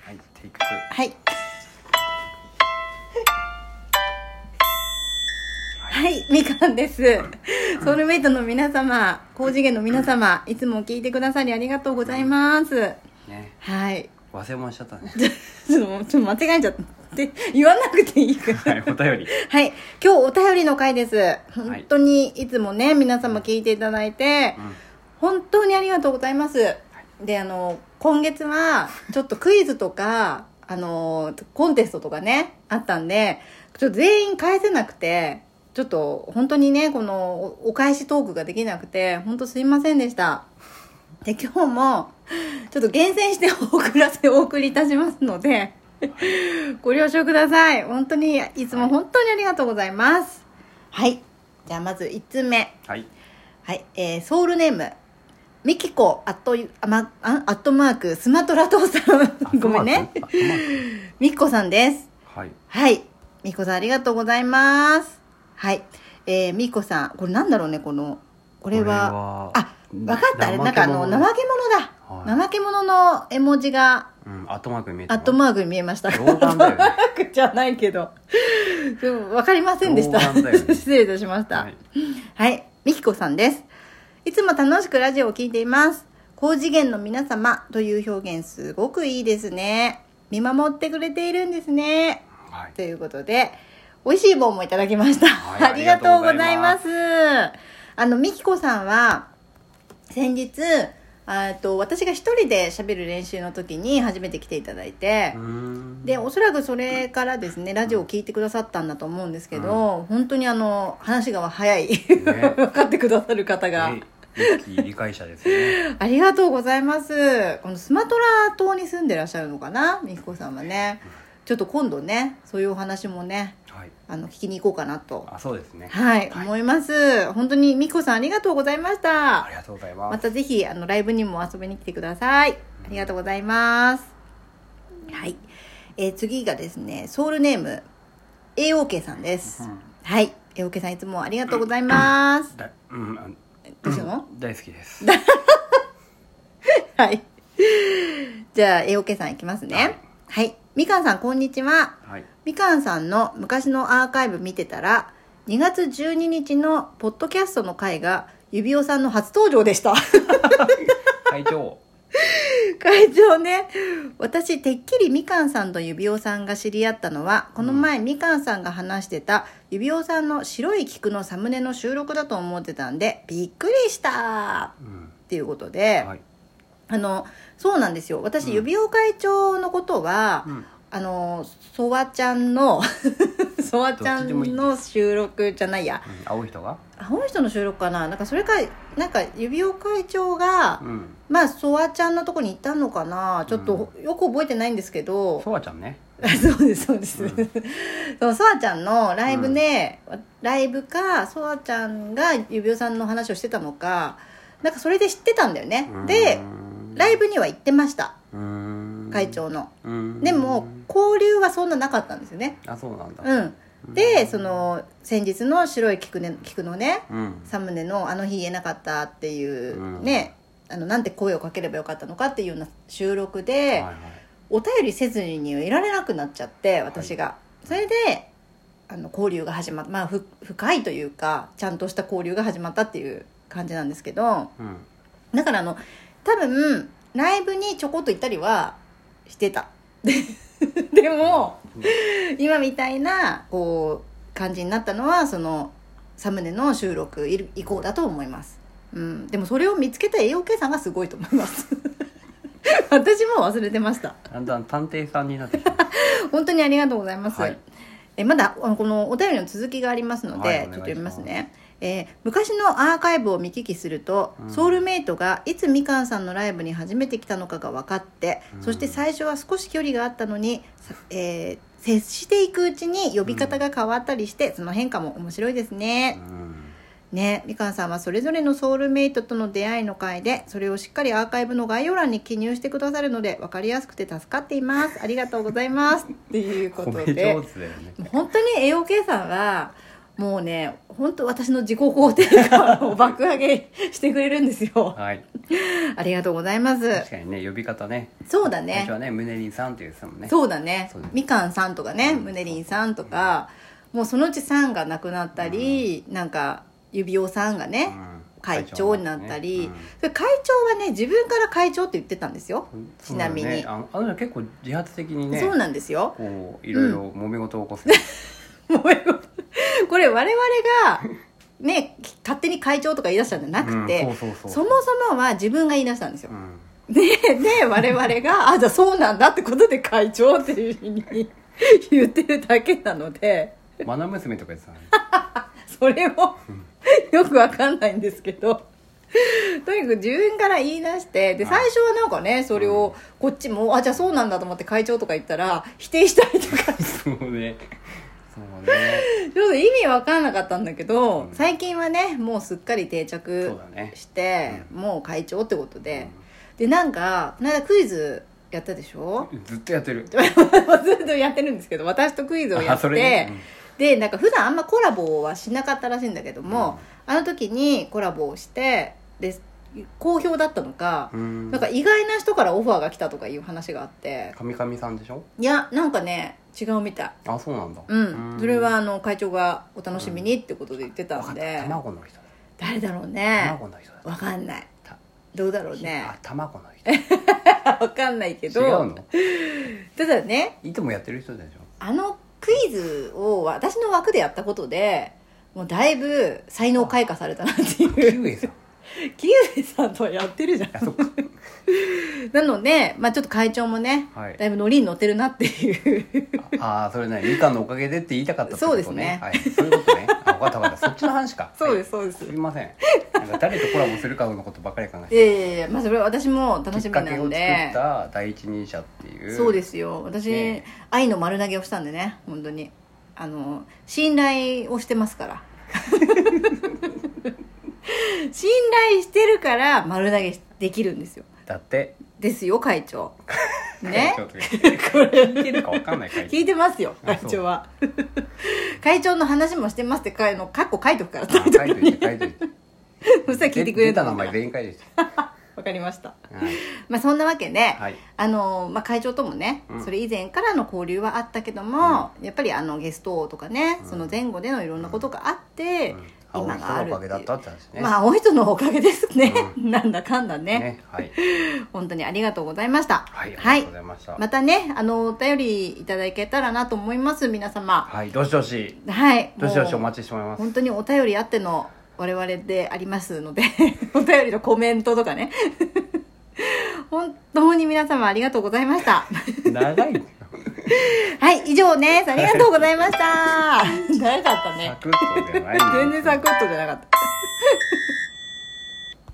はい、テイクツー。はい。はい、みかんです。ソウルメイトの皆様、高次元の皆様、いつも聞いてくださりありがとうございます。ね、はい。忘れ物しちゃ ったね。ちょちょっと、ちょっと間違えちゃった。って言わなくていいから。はい、お便り。はい。今日お便りの回です。本当にいつもね、皆様聞いていただいて、うん本当にありがとうございます。で、あの、今月は、ちょっとクイズとか、あの、コンテストとかね、あったんで、ちょっと全員返せなくて、ちょっと本当にね、このおお返しトークができなくて、本当すいませんでした。で、今日も、ちょっと厳選してお送らせ、お送りいたしますので、ご了承ください。本当に、いつも本当にありがとうございます。はい。じゃあ、まず1つ目。はい。はい、えーソウルネーム、ミキコアットイ、あま、あアットマーク、スマトラ島さん。 ごめんね。あ。そうなんだミキコさんです。はい。はい。ミキコさんありがとうございます。はい。えー、ミキコさん、これなんだろうね、この、ここれは、あ、わかった。あれなんかあの、生怠けけ者だ。は怠け者の絵文字が、物。うん、後マークに見えてアるットマークに見えました。老眼だよね アットマークじゃないけど。でもわかりませんでした。老眼だよね 失礼いたしました。はい。はい、みきこさんです。いつも楽しくラジオを聞いています。高次元の皆様という表現すごくいいですね。見守ってくれているんですね。はいということで、美味しい棒もいただきました。はいありがとうございます。あの、みきこさんは、先日、あーと私が一人で喋る練習の時に初めて来ていただいて、うーん。でおそらくそれからですねラジオを聞いてくださったんだと思うんですけど、本当にあの話が早い、 分かってくださる方が、ね、一気理解者ですね。ありがとうございますこのスマトラ島に住んでらっしゃるのかなみきこさんはねちょっと今度ねそういうお話もねはい。あの聞きに行こうかなとあ、そうですね。はい、はい思います本当にみきこさんありがとうございましあたりがとうございまます。たぜひあのライブにも遊びに来てくださいありがとうございますはい、えー次がですねソウルネーム AOK さんです、うんはい AOK さんいつもありがとうございます、だ、うん、あどうしたの大好きです。はい。 じゃあ、AOK さんいきますね。はい。みかんさん、こんにちは。はい。みかんさんの昔のアーカイブ見てたら、2月12日のポッドキャストの回が、指輪さんの初登場でした。会長。会長ね。私、てっきりみかんさんと指輪さんが知り合ったのは、この前、みかんさんが話してた、指輪さんの白い菊のサムネの収録だと思ってたんで、びっくりしたうん。っていうことで、はい。あのそうなんですよ私、指輪会長のことは、うんあのソワちゃんの ソワちゃどっちでもいいんんの収録じゃないやうん青い人が。青い人の収録かななんかそれかなんか指輪会長が、うん。まあソワちゃんのとこに行ったのかなちょっと、よく覚えてないんですけどソワちゃんね。 そうですそうです、うそうソワちゃんのライブで、ライブかソワちゃんが指輪さんの話をしてたのかなんかそれで知ってたんだよね、でライブには行ってましたブ会。長の、うん。でも交流はそんななかったんですよねあ、そうなんだ。うんでその先日の白い菊,、ね、菊のねうん。サムネの「あの日言えなかった」っていう、うんねあのなんて声をかければよかったのかっていうような収録で、はいはいお便りせずにいられなくなっちゃって私が、それであの交流が始まったまあふ深いというかちゃんとした交流が始まったっていう感じなんですけどうんだからあの多分ライブにちょこっと行ったりはしてた でも今みたいなこう感じになったのはそのサムネの収録いる以降だと思います、うん、でもそれを見つけた AOK さんがすごいと思います 私も忘れてましただんだん探偵さんになってきた。 本当にありがとうございます、はいえまだあのこのお便りの続きがありますので、はいお願いちょっと読みますねえー昔のアーカイブを見聞きすると、うんソウルメイトがいつみかんさんのライブに初めて来たのかが分かって、うんそして最初は少し距離があったのに、さえー接していくうちに呼び方が変わったりして、その変化も面白いですねう、んねみかんさんはそれぞれのソウルメイトとの出会いの回でそれをしっかりアーカイブの概要欄に記入してくださるので分かりやすくて助かっていま すありがとうございますっていうこ褒とめで上手だよね。本当に AOK さんはもうね本当私の自己肯定感を爆上げしてくれるんですよはいありがとうございます確かにね呼び方ねそうだ最ね初はね胸にさんって言ってたもんねそうだねそうですみかんさんとかねむねりんさんとかもうそのうちさんがなくなったり、なんか指輪さんがね、ん会長になったねり、それ会長はね自分から会長って言ってたんですよ、うんちなみそうだによねあのあの人結構自発的にねそうなんですよ こういろいろ揉め事を起こすね、もうこれ我々がね勝手に会長とか言い出したんじゃなくて、うんそうそうそうそもそもは自分が言い出したんですよう、んでで我々が「あじゃあそうなんだ」ってことで会長っていうふうに 言ってるだけなのでマナ娘とかやってたのね それもよくわかんないんですけどとにかく自分から言い出してではい最初はなんかねそれをこっちも「あじゃあそうなんだ」と思って会長とか言ったら 否定したりと か そうねそうねちょっと意味わかんなかったんだけど、うん最近はねもうすっかり定着そうだねして、もう会長ってことで、でなんかこの間クイズやったでしょずっとやってるず っとやってるんですけど私とクイズを やあって、それねでなんか普段あんまコラボはしなかったらしいんだけども、あの時にコラボをしてで好評だったのか、うんなんか意外な人からオファーが来たとかいう話があってかみかみさんでしょいやなんかね違うみたいあそうなんだうん、それはあの会長がお楽しみにってことで言ってたわかのっでた、卵の人だ誰だろうね卵の人だわかんないたどうだろうねあ卵の人違う わかんないけどのただねいつもやってる人でしょあのクイズを私の枠でやったことでもうだいぶ才能開花されたなってキいうウイさんキウイさんとはやってるじゃんあそっか なので、まあ、ちょっと会長もね、はいだいぶノリに乗ってるなっていうああーそれねみかんのおかげでって言いたかったってことねそうですねはいそういうことねあ分かった分かったそっちの話か そうですはそうでいすすみませんなんか誰とコラボするかのことばっかり考えいてやいやいや、まあ、それは私も楽しきっみかなけをの作っでた第一人者っていうそうですよ私、ね愛の丸投げをしたんでね本当にあの信頼をしてます から信頼してるから丸投げできるんですよだってですよ会長ね会長 とか言って聞いてるか分かんない会聞いてますよあ会長は 会長の話もしてますってかの過去書いとくからタイあト書いルといにて書いといてそしたら聞いてくれる出とた思名うから前全員書いてわかりましたはいまあそんなわけで、はいあのまあ、会長ともね、うんそれ以前からの交流はあったけども、やっぱりあのゲストとかね、その前後でのいろんなことがあって、うん今がある青い人のおかげだったって話ねまあ青い人のおかげですね、 なんだかんだねねはい本当にありがとうございましたはいありがとうございましたまたねあのお便りいただけたらなと思います皆様はいどしどしはいどしどしおもう待ちしております本当にお便りあっての我々でありますので お便りのコメントとかね 本当に皆様ありがとうございま した長いよはい、以上です。ありがとうござ いました。長かったサね。 クッとじゃないんですよ全然サクッとじゃなかった。